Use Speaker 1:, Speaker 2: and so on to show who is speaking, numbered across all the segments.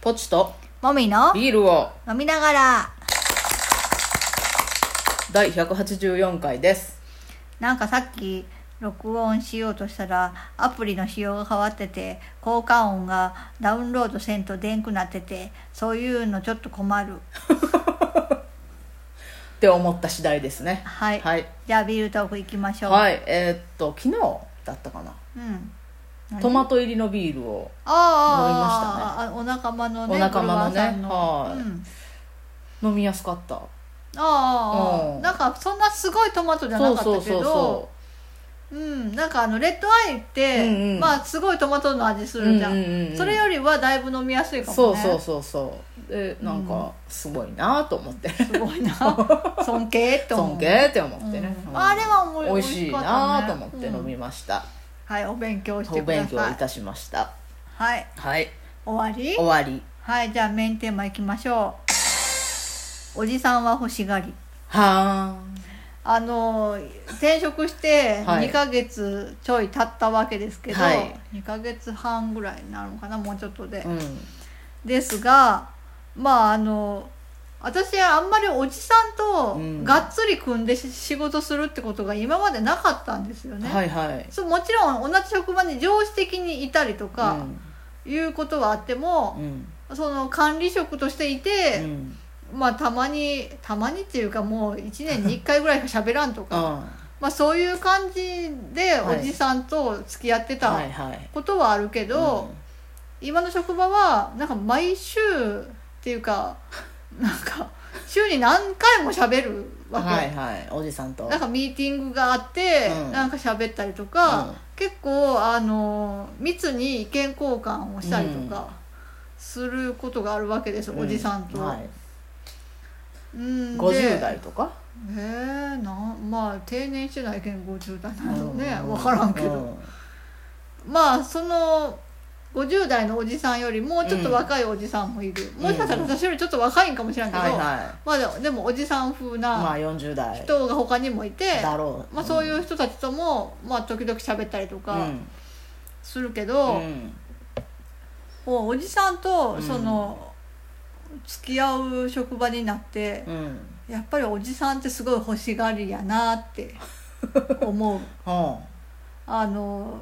Speaker 1: ポチと
Speaker 2: もみの
Speaker 1: ビールを
Speaker 2: 飲みながら
Speaker 1: 第184回です
Speaker 2: なんかさっき録音しようとしたらアプリの仕様が変わってて効果音がダウンロードせんと出んくなっててそういうのちょっと困る
Speaker 1: って思った次第ですね
Speaker 2: はい、
Speaker 1: はい、
Speaker 2: じゃあビールトーク行きましょう、
Speaker 1: はいえーっと昨日だったかな
Speaker 2: うん何
Speaker 1: トマト入りのビールを
Speaker 2: ああああお仲間のね
Speaker 1: お仲間のね
Speaker 2: ブルワーさんの
Speaker 1: はい
Speaker 2: うん
Speaker 1: 飲みやすかった
Speaker 2: ああ、
Speaker 1: うん
Speaker 2: なんかそんなすごいトマトじゃなかったけどうん、なんかあのレッドアイって、
Speaker 1: うんうん
Speaker 2: まあすごいトマトの味するじゃん,、
Speaker 1: うんうんうん
Speaker 2: それよりはだいぶ飲みやすいかもね
Speaker 1: そうそうそうそうでなんかすごいなと思 って、
Speaker 2: すごいな尊敬って思う
Speaker 1: 尊敬って思ってね、
Speaker 2: うん
Speaker 1: うん
Speaker 2: あれは思い
Speaker 1: 美味しいなと思っ
Speaker 2: 美味
Speaker 1: て
Speaker 2: しかたね
Speaker 1: 飲みました、
Speaker 2: うんはいお勉強して
Speaker 1: お
Speaker 2: くだ
Speaker 1: 勉強
Speaker 2: さ
Speaker 1: い
Speaker 2: い
Speaker 1: たしました
Speaker 2: はい
Speaker 1: はい
Speaker 2: 終わり
Speaker 1: 終わり
Speaker 2: はいじゃあメインテーマいきましょうおじさんは欲しがり
Speaker 1: は
Speaker 2: あの転職して
Speaker 1: はい
Speaker 2: 2ヶ月ちょい経ったわけですけど、
Speaker 1: はい
Speaker 2: 2ヶ月半ぐらいになるのかなもうちょっとで
Speaker 1: ー、うん
Speaker 2: ですがまああの私あんまりおじさんと
Speaker 1: うん
Speaker 2: がっつり組んでし仕事するってことが今までなかったんですよね、
Speaker 1: はいはい
Speaker 2: そうもちろん同じ職場に上司的にいたりと
Speaker 1: う
Speaker 2: か
Speaker 1: ん
Speaker 2: いうことはあって
Speaker 1: う
Speaker 2: も、
Speaker 1: ん
Speaker 2: その管理職としていうて、
Speaker 1: ん
Speaker 2: まあたまにたまにっていうかもう1年に1回ぐらいしか喋らんと
Speaker 1: う
Speaker 2: か、
Speaker 1: ん
Speaker 2: まあ、そういう感じで
Speaker 1: はい
Speaker 2: おじさんと付き合ってた
Speaker 1: はいはい
Speaker 2: ことはあるけど、今の職場はなんか毎週っていうか なんか週に何回も喋る
Speaker 1: うん
Speaker 2: わけ、
Speaker 1: はいはいおじさんと
Speaker 2: なんかミーティングがあって、
Speaker 1: うん
Speaker 2: なんか喋ったりとか、
Speaker 1: うん
Speaker 2: 結構あの密に意見交換をしたりとかすることがあるわけです、
Speaker 1: う
Speaker 2: おじさんと。
Speaker 1: はい、
Speaker 2: うんで
Speaker 1: 50代とか
Speaker 2: えー、なんまあ定年してないけん50代なのね、
Speaker 1: う
Speaker 2: 分からんけど。
Speaker 1: う
Speaker 2: まあその50代のおじさんよりもうちょっと若いおじさんもいる、
Speaker 1: うん
Speaker 2: もしかしたら私よりちょっと若いんかもしれんけど、
Speaker 1: はいはい
Speaker 2: まあでもでもおじさん風
Speaker 1: まあ
Speaker 2: な
Speaker 1: 40代
Speaker 2: 人が他にもいて、
Speaker 1: だろう
Speaker 2: まあ、そういう人たちとも、まあ、時々喋ったりと
Speaker 1: うん
Speaker 2: かするけ
Speaker 1: う
Speaker 2: ど、
Speaker 1: ん
Speaker 2: もうおじさん
Speaker 1: う
Speaker 2: と
Speaker 1: ん
Speaker 2: その、付き合う職場になって
Speaker 1: うんうん
Speaker 2: やっぱりおじさんってすごい欲しがりやなって 思
Speaker 1: う
Speaker 2: う。
Speaker 1: ん
Speaker 2: あの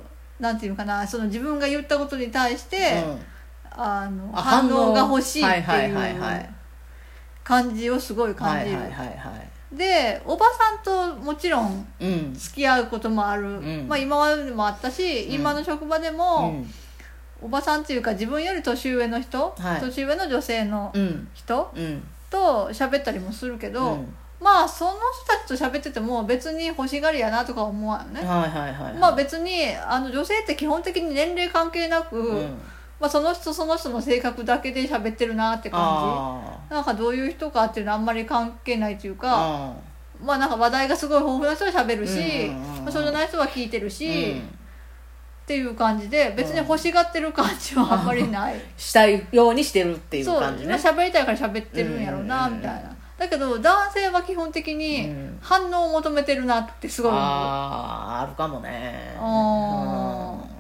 Speaker 2: なんていうのかなその自分が言ったことに対して、あの
Speaker 1: あ
Speaker 2: 反
Speaker 1: 反応
Speaker 2: 応が欲しいって
Speaker 1: はいいうはいはいはい
Speaker 2: 感じをすごい
Speaker 1: は
Speaker 2: 感
Speaker 1: い
Speaker 2: じ
Speaker 1: はい
Speaker 2: る、
Speaker 1: はいはい
Speaker 2: でおばさんともちろん
Speaker 1: うん
Speaker 2: 付き合うこともある、
Speaker 1: ん
Speaker 2: まあ、今までもあったし、
Speaker 1: うん
Speaker 2: 今の職場で
Speaker 1: う
Speaker 2: も、
Speaker 1: ん
Speaker 2: おばさんっていうか自分より年上の人、
Speaker 1: はい
Speaker 2: 年上の女性の
Speaker 1: うん
Speaker 2: 人
Speaker 1: うん
Speaker 2: と喋ったりもするけど、
Speaker 1: うん
Speaker 2: まあその人たちと喋ってても別に欲しがりやなとか思わんよね、
Speaker 1: はいはいはいはい
Speaker 2: まあ別にあの女性って基本的に年齢関係なく、
Speaker 1: うん
Speaker 2: まあ、その人その人の性格だけで喋ってるなって感
Speaker 1: あ
Speaker 2: じなんかどういう人かっていうのはあんまり関係ないという
Speaker 1: ー
Speaker 2: か、
Speaker 1: うん
Speaker 2: まあなんか話題がすごい豊富な人は喋るし、
Speaker 1: うんうんうんうん
Speaker 2: まあ、そうじゃない人は聞いてるし、
Speaker 1: う
Speaker 2: っ
Speaker 1: ん
Speaker 2: ていう感じで別に欲しがってる感じはあんまり ない、
Speaker 1: したいようにしてるっていう
Speaker 2: そう
Speaker 1: 感じ
Speaker 2: 今
Speaker 1: ね
Speaker 2: 喋りたいから喋ってるんやろうな
Speaker 1: うんうん
Speaker 2: み
Speaker 1: うん
Speaker 2: たいな、だけど男性は基本的に
Speaker 1: うん
Speaker 2: 反応を求めてるなってすごい思う、
Speaker 1: あーあるかもね
Speaker 2: あ
Speaker 1: うん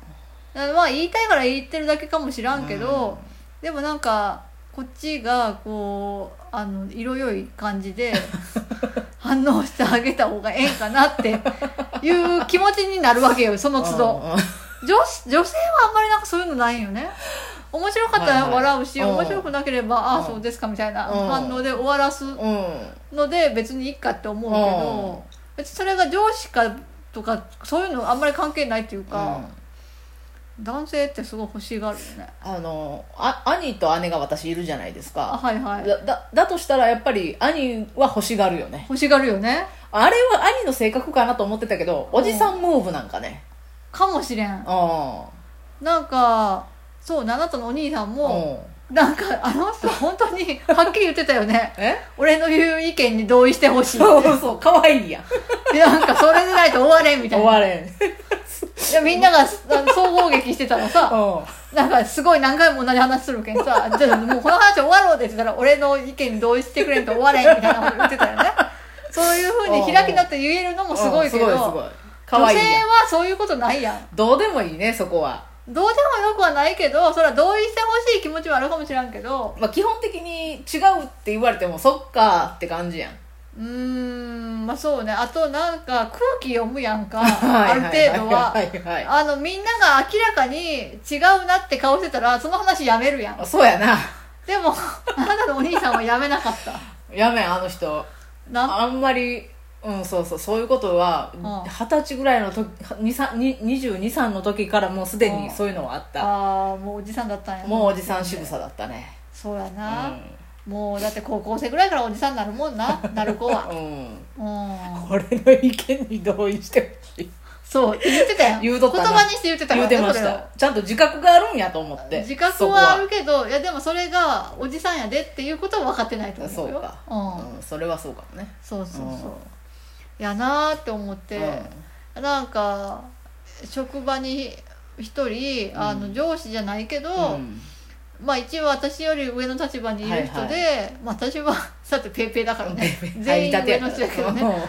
Speaker 2: だからまあ言いたいから言ってるだけかもしらんけど、でもなんかこっちがこうあの色よい感じ で反応してあげた方がええんかなっていう気持ちになるわけよその都度
Speaker 1: うん
Speaker 2: 女子女性はあんまりなんかそういうのないよね面白かった
Speaker 1: はい
Speaker 2: ら
Speaker 1: はい
Speaker 2: 笑うし、
Speaker 1: うん
Speaker 2: 面白くなければ、あ
Speaker 1: うん
Speaker 2: あそうですかみたいな
Speaker 1: うん
Speaker 2: 反応で終わらす
Speaker 1: うん
Speaker 2: ので別にいいかって思うけど、別にそれが上司かとかそういうのあんまり関係ないっていうか、
Speaker 1: うん
Speaker 2: 男性ってすごい欲しがるよね
Speaker 1: あのあ兄と姉が私いるじゃないです
Speaker 2: あ
Speaker 1: か
Speaker 2: はいはい
Speaker 1: だだだとしたらやっぱり兄は欲しがるよね
Speaker 2: 欲しがるよね
Speaker 1: あれは兄の性格かなと思ってたけどおじさんムーブなんかね
Speaker 2: かもしれん
Speaker 1: うん
Speaker 2: なんかそうあなたのお兄さんも
Speaker 1: うん
Speaker 2: なんかあの人本当にはっきり言ってたよね
Speaker 1: え
Speaker 2: 俺の言う意見に同意してほしい
Speaker 1: そう そう可愛いやん
Speaker 2: でなんかそれでないと終われんみた
Speaker 1: 終
Speaker 2: いな
Speaker 1: わ れん
Speaker 2: いやみんながあの総合劇してたらさ
Speaker 1: うん
Speaker 2: なんかすごい何回も同じ話するけんさ「じゃあもうこの話終わろう」って言ってたら「俺の意見に同意してくれんと終われん」みたいなこと言ってたよねそういうふうに開きなって言えるのもすごいけど
Speaker 1: うんすごいすごい可愛い
Speaker 2: 女性
Speaker 1: やん
Speaker 2: はそういうことないやん
Speaker 1: どうでもいいねそこは
Speaker 2: どうでもよくはないけどそれは同意してほしい気持ちはあるかもしらんけど
Speaker 1: まあ、基本的に違うって言われてもそっかって感じやん
Speaker 2: うーんまあそうねあとなんか空気読むやんかあ
Speaker 1: はい
Speaker 2: る
Speaker 1: は
Speaker 2: 程
Speaker 1: い
Speaker 2: 度は
Speaker 1: はいはいはい
Speaker 2: あのみんなが明らかに違うなって顔してたらその話やめるやん
Speaker 1: あそうやな
Speaker 2: でも あなたのお兄さんはやめなかった
Speaker 1: やめんあの人
Speaker 2: な
Speaker 1: あんまりうんそうそうそういうことは
Speaker 2: ん
Speaker 1: 二十歳ぐらいの時223の時からもうすでにそういうのはあった
Speaker 2: あーもうおじさんだったんや
Speaker 1: もうおじさん渋さだったね
Speaker 2: そうやな、
Speaker 1: う
Speaker 2: もうだって高校生ぐらいからおじさんになるもんななる子は
Speaker 1: ん、うん、
Speaker 2: うん
Speaker 1: 俺の意見に同意してほし い
Speaker 2: そう言ってたやん
Speaker 1: 言うとったな
Speaker 2: 言葉にして言ってたか
Speaker 1: 言
Speaker 2: ら
Speaker 1: うて
Speaker 2: ね
Speaker 1: ま
Speaker 2: そ
Speaker 1: し
Speaker 2: れを
Speaker 1: たちゃんと自覚があるんやと思って
Speaker 2: 自覚
Speaker 1: そこ
Speaker 2: はあるけどいやでもそれがおじさんやでっていうことは分かってないと思う
Speaker 1: そう
Speaker 2: よ
Speaker 1: か、
Speaker 2: うん
Speaker 1: うん、それはそうかもね
Speaker 2: そうそうそう、
Speaker 1: うん
Speaker 2: やなーって思って、
Speaker 1: うん
Speaker 2: なんか職場に一人あの上司じゃないけど、
Speaker 1: うん
Speaker 2: まあ一応私より上の立場にいる人で、
Speaker 1: は
Speaker 2: まあ私は さてペイペイだからね
Speaker 1: 入
Speaker 2: 全
Speaker 1: り
Speaker 2: 員
Speaker 1: たて
Speaker 2: 上
Speaker 1: やか
Speaker 2: の
Speaker 1: ら
Speaker 2: 人だけどね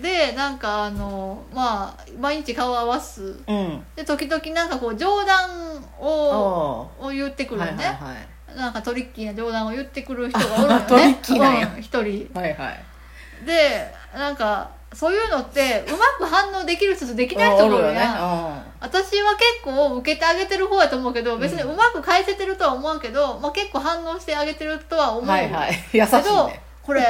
Speaker 2: でなんかあのまあ毎日顔合わす
Speaker 1: うんうん
Speaker 2: で時々なんかこう冗談を
Speaker 1: お
Speaker 2: を言ってく
Speaker 1: ー
Speaker 2: るの
Speaker 1: はい
Speaker 2: ね、
Speaker 1: はいはい
Speaker 2: なんかトリッキーな冗談を言ってくる人がおるのね
Speaker 1: トリッキーなんや
Speaker 2: うん一人
Speaker 1: はいはい
Speaker 2: でなんかそういうのってうまく反応できる人とできない人
Speaker 1: おる
Speaker 2: もおる
Speaker 1: よ
Speaker 2: やん、
Speaker 1: ねうん
Speaker 2: 私は結構受けてあげてる方やと思うけど別に
Speaker 1: う
Speaker 2: うまく返せてるとは思うけど、まあ、結構反応してあげてるとは思う、
Speaker 1: はいはい優しい
Speaker 2: けど、
Speaker 1: ね
Speaker 2: これ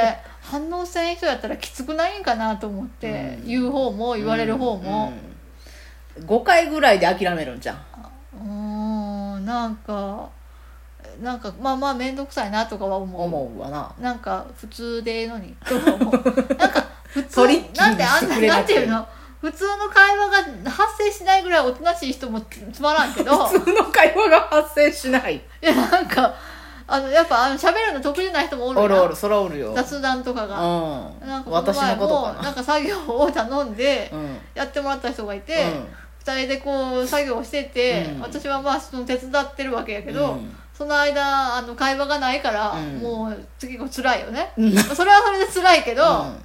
Speaker 2: 反応せん人やったらきつくないんかなと思って、
Speaker 1: うん
Speaker 2: 言う方も言われる方も
Speaker 1: うん、5回ぐらいで諦めるんじゃん
Speaker 2: うーんなんかなんかまあまあ面倒くさいなとかは思う
Speaker 1: 思うわな
Speaker 2: なんか普通でええのにとか 思うなんか普通
Speaker 1: トリッキーに
Speaker 2: なんであんな
Speaker 1: してくれな
Speaker 2: なん
Speaker 1: く
Speaker 2: て
Speaker 1: て
Speaker 2: いうの普通の会話が発生しないぐらいおとなしい人もつまらんけど
Speaker 1: 普通の会話が発生しない
Speaker 2: いやなんかあのやっぱあの喋るの得意な人もおる
Speaker 1: お
Speaker 2: よな
Speaker 1: るおるそらおるよ
Speaker 2: 雑談とか
Speaker 1: う
Speaker 2: が、
Speaker 1: ん
Speaker 2: なんかこの
Speaker 1: 私
Speaker 2: 前
Speaker 1: の
Speaker 2: も
Speaker 1: ことか
Speaker 2: な
Speaker 1: なん
Speaker 2: か作業を頼んで
Speaker 1: うん
Speaker 2: やってもらった人がいて、
Speaker 1: うん
Speaker 2: 二人でこう作業をしてて、
Speaker 1: うん
Speaker 2: 私はまあその手伝ってるわけやけど、
Speaker 1: うん
Speaker 2: その間あの会話がないから、
Speaker 1: うん
Speaker 2: もう結構辛いよね、
Speaker 1: うん
Speaker 2: それはそれで辛いけど、
Speaker 1: うん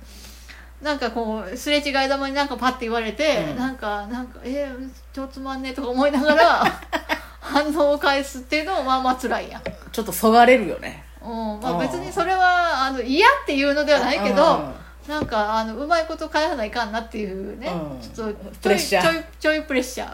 Speaker 2: なんかこうすれ違いざまになんかパッて言われて、
Speaker 1: うん
Speaker 2: なんかなんかえー、超つまんねえとか思いなが ら反応を返すっていうのもまあまあ辛いやん、うん
Speaker 1: ちょっとそがれるよね
Speaker 2: まあ、
Speaker 1: うん
Speaker 2: 別にそれはあの嫌っていうのではないけ
Speaker 1: うん
Speaker 2: ど、なんかあのうまいこと返さないかんなっていうね、
Speaker 1: うん
Speaker 2: ちょっと
Speaker 1: プレッシャー
Speaker 2: ちょいちょいプレッシャ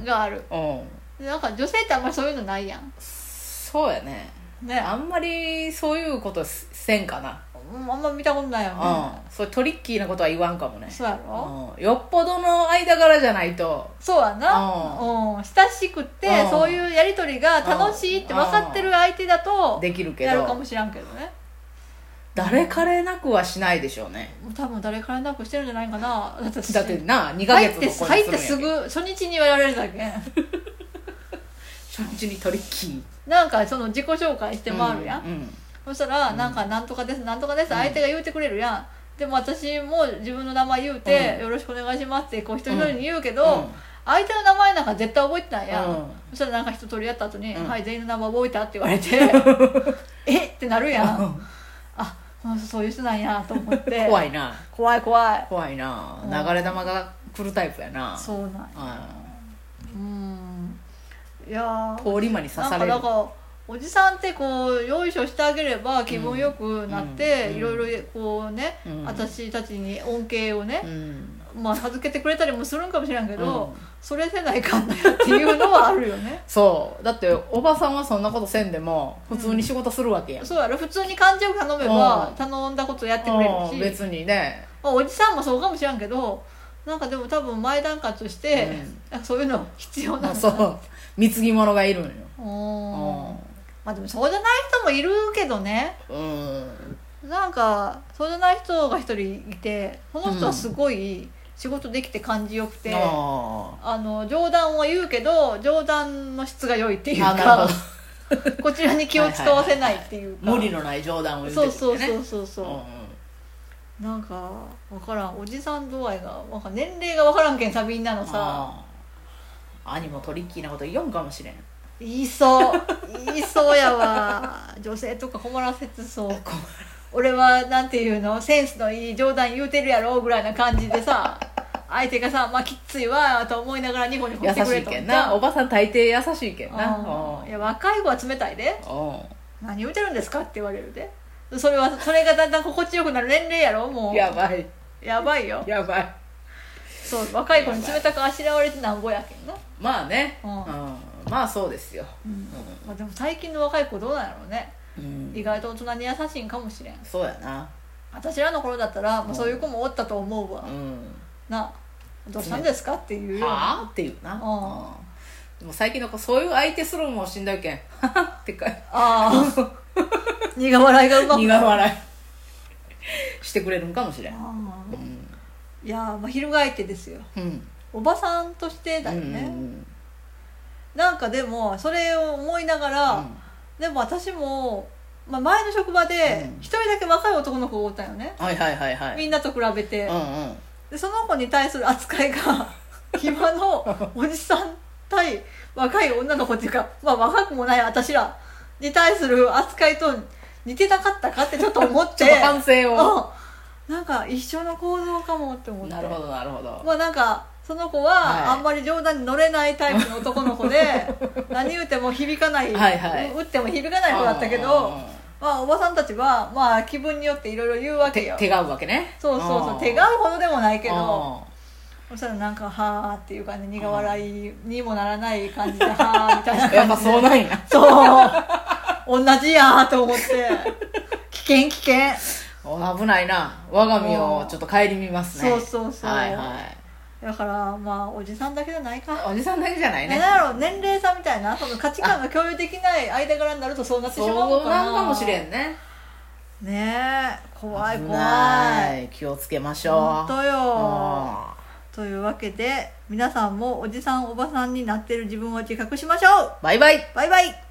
Speaker 2: ーがある
Speaker 1: うんうん
Speaker 2: でなんか女性ってあんまりそういうのないやん
Speaker 1: そうやね
Speaker 2: ねあ
Speaker 1: あんまりそういうことせんかな、
Speaker 2: んあんま見たことないよね、
Speaker 1: うんそういうトリッキーなことは言わんかもね
Speaker 2: そうやろ、
Speaker 1: うん、よっぽどの間柄じゃないと
Speaker 2: そうやな、
Speaker 1: う
Speaker 2: うん、親しくって、
Speaker 1: うん
Speaker 2: そういうやり取りが楽しいって分かってる相手だと、
Speaker 1: できるけ
Speaker 2: やるか
Speaker 1: ど
Speaker 2: もしらんけどね
Speaker 1: 誰彼なくはしないでしょうね
Speaker 2: もう多分誰からなくしてるんじゃないかなだって
Speaker 1: だってな2ヶ
Speaker 2: 入っ
Speaker 1: 月
Speaker 2: て
Speaker 1: の子
Speaker 2: 入って
Speaker 1: にす
Speaker 2: す
Speaker 1: るんや
Speaker 2: ぐ初日に言われるだけん
Speaker 1: けど 初日にトリッキー
Speaker 2: なんかその自己紹介して回るやん、
Speaker 1: うんうん
Speaker 2: そしたら「なんかなんとかですなんとかです」相手が言うてくれるやん、でも私も自分の名前言う
Speaker 1: う
Speaker 2: て「
Speaker 1: ん
Speaker 2: よろしくお願いします」ってこう一人一人に言うけど、
Speaker 1: うん
Speaker 2: 相手の名前なんか絶対覚えてないやん、
Speaker 1: うん
Speaker 2: そしたらなんか人取り合った後に「
Speaker 1: うん
Speaker 2: はい全員の名前覚えた」って言われて 「えっ!」てなるやん、あこの人そういう人なんやと思っ て
Speaker 1: 怖
Speaker 2: い
Speaker 1: いな
Speaker 2: 怖い怖い
Speaker 1: 怖いな
Speaker 2: うん
Speaker 1: 流れ玉が来るタイプやな
Speaker 2: そうなんや
Speaker 1: う
Speaker 2: うんいやー
Speaker 1: ん通り魔に刺
Speaker 2: な
Speaker 1: さ
Speaker 2: んか
Speaker 1: れる
Speaker 2: だからおじさんってこうよいしょしてあげれば気分よくなって、
Speaker 1: うん
Speaker 2: いろいろこうね、
Speaker 1: うん
Speaker 2: 私たちに恩恵をね
Speaker 1: う、ん
Speaker 2: まあ授けてくれたりもするんかもしれんけど、
Speaker 1: うん
Speaker 2: それせないかんなよっていうのはあるよ ね
Speaker 1: そうだっておばさんはそんなことせんでも普通に仕事するわけやん、
Speaker 2: そうやろ普通に感情頼めば
Speaker 1: うん
Speaker 2: 頼んだことやってくれるし、
Speaker 1: うん別にね
Speaker 2: まあ、おじさんもそうかもしれんけどなんかでも多分前段階として、
Speaker 1: うん
Speaker 2: なんかそういうの必要なんだ
Speaker 1: そう貢ぎ物がいるんよ
Speaker 2: う
Speaker 1: うんん
Speaker 2: まあでもそうじゃない人もいるけどね
Speaker 1: うん
Speaker 2: なんかそうじゃない人が一人いてその人はすごい仕事できて感じよくて、
Speaker 1: あ
Speaker 2: あの冗談は言うけど冗談の質が良いっていう
Speaker 1: あな
Speaker 2: か
Speaker 1: る
Speaker 2: こちらに気を使わせないっていうか
Speaker 1: ー無理のない冗談を言って
Speaker 2: そう
Speaker 1: く
Speaker 2: そ
Speaker 1: れて
Speaker 2: う
Speaker 1: ね
Speaker 2: そうそうそう、
Speaker 1: うんうん
Speaker 2: なんか分からんおじさん度合いがなんかん年齢が分からんけんさみんなのさ
Speaker 1: あー兄もトリッキーなこと言おんかもしれん
Speaker 2: 言いそう言いそうやわ女性とか困らせてそう
Speaker 1: 困る
Speaker 2: 俺はなんていうのセンスのいい冗談言うてるやろぐらいな感じでさ相手がさまあきついわと思いながらニコニコ
Speaker 1: 優
Speaker 2: してく
Speaker 1: し
Speaker 2: れ
Speaker 1: い
Speaker 2: と
Speaker 1: けんなおばさん大抵優しいけんな
Speaker 2: あ
Speaker 1: う
Speaker 2: ー
Speaker 1: ん
Speaker 2: いや若い子は冷たいで
Speaker 1: う
Speaker 2: 何言うてるんですかって言われるでそれはそれがだんだん心地よくなる年齢やろも
Speaker 1: ん
Speaker 2: う
Speaker 1: やばい
Speaker 2: やばいよ
Speaker 1: やばい
Speaker 2: そう若い子に冷たくあしらわれてなんぼやけんな、
Speaker 1: まあね、
Speaker 2: うん
Speaker 1: うんまあそうですよ、
Speaker 2: うんまあ、でも最近の若い子どうなんやろうね
Speaker 1: うん
Speaker 2: 意外と大人に優しいんかもしれん
Speaker 1: そうやな
Speaker 2: 私らの頃だったら、まあ、そういう子もおったと思うわ、
Speaker 1: うん
Speaker 2: などうしたんですかっていうような
Speaker 1: はあっていうな、
Speaker 2: うん
Speaker 1: うんでも最近の子そういう相手するのもしんどいけんははって か
Speaker 2: ああ苦笑いがうまく
Speaker 1: 苦笑いしてくれるんかもしれん、
Speaker 2: あ
Speaker 1: う
Speaker 2: ー
Speaker 1: ん
Speaker 2: いやーまあ翻ってですよ
Speaker 1: うん
Speaker 2: おばさんとしてだよね、なんかでもそれを思いながら、
Speaker 1: は
Speaker 2: でも私も、まあ、前の職場で
Speaker 1: うん
Speaker 2: 一人だけ若い男の子がおったよね、
Speaker 1: いはいはいはい
Speaker 2: みんなと比べて、
Speaker 1: うんうん
Speaker 2: でその子に対する扱 いが今のおじさん対若い女の子っていうか、まあ、若くもない私らに対する扱いと似てなかったかってちょっと思っ て
Speaker 1: ちょっと反省を
Speaker 2: うんなんか一緒の行動かもって思って
Speaker 1: なるほどなるほど
Speaker 2: まあなんかその子
Speaker 1: は
Speaker 2: はいあんまり冗談に乗れないタイプの男 の子で何言っても響かない
Speaker 1: はいはいう
Speaker 2: 打っても響かない子だったけ
Speaker 1: うんうん
Speaker 2: ど
Speaker 1: うん
Speaker 2: まあおばさんたちはまあ気分によっていろいろ言うわけ
Speaker 1: て
Speaker 2: よ
Speaker 1: 手が合うわけね
Speaker 2: そうそうそ
Speaker 1: ん
Speaker 2: う手が合うほどでもないけど
Speaker 1: うん
Speaker 2: そしたらなんかはあっていう感じ苦笑いにもならない感 じではあみたいな感じで
Speaker 1: やっぱそうなん や
Speaker 2: そう同じやーと思って危険危険
Speaker 1: お危ないな我が身をちょっと顧みますね
Speaker 2: そうそうそう
Speaker 1: はいはい
Speaker 2: だからまあおじさんだけじゃないか
Speaker 1: おじさんだけじゃない
Speaker 2: なん
Speaker 1: ね
Speaker 2: だろう年齢差みたいなその価値観が共有できない間柄になるとそうなってしまうの
Speaker 1: そう
Speaker 2: かな
Speaker 1: なんかもしれんね
Speaker 2: ねえ怖い
Speaker 1: 危
Speaker 2: 怖
Speaker 1: ないい気をつけましょう
Speaker 2: 本当よ
Speaker 1: あ
Speaker 2: というわけで皆さんもおじさんおばさんになってる自分を自覚しましょう
Speaker 1: ーバイバイ
Speaker 2: バイバイ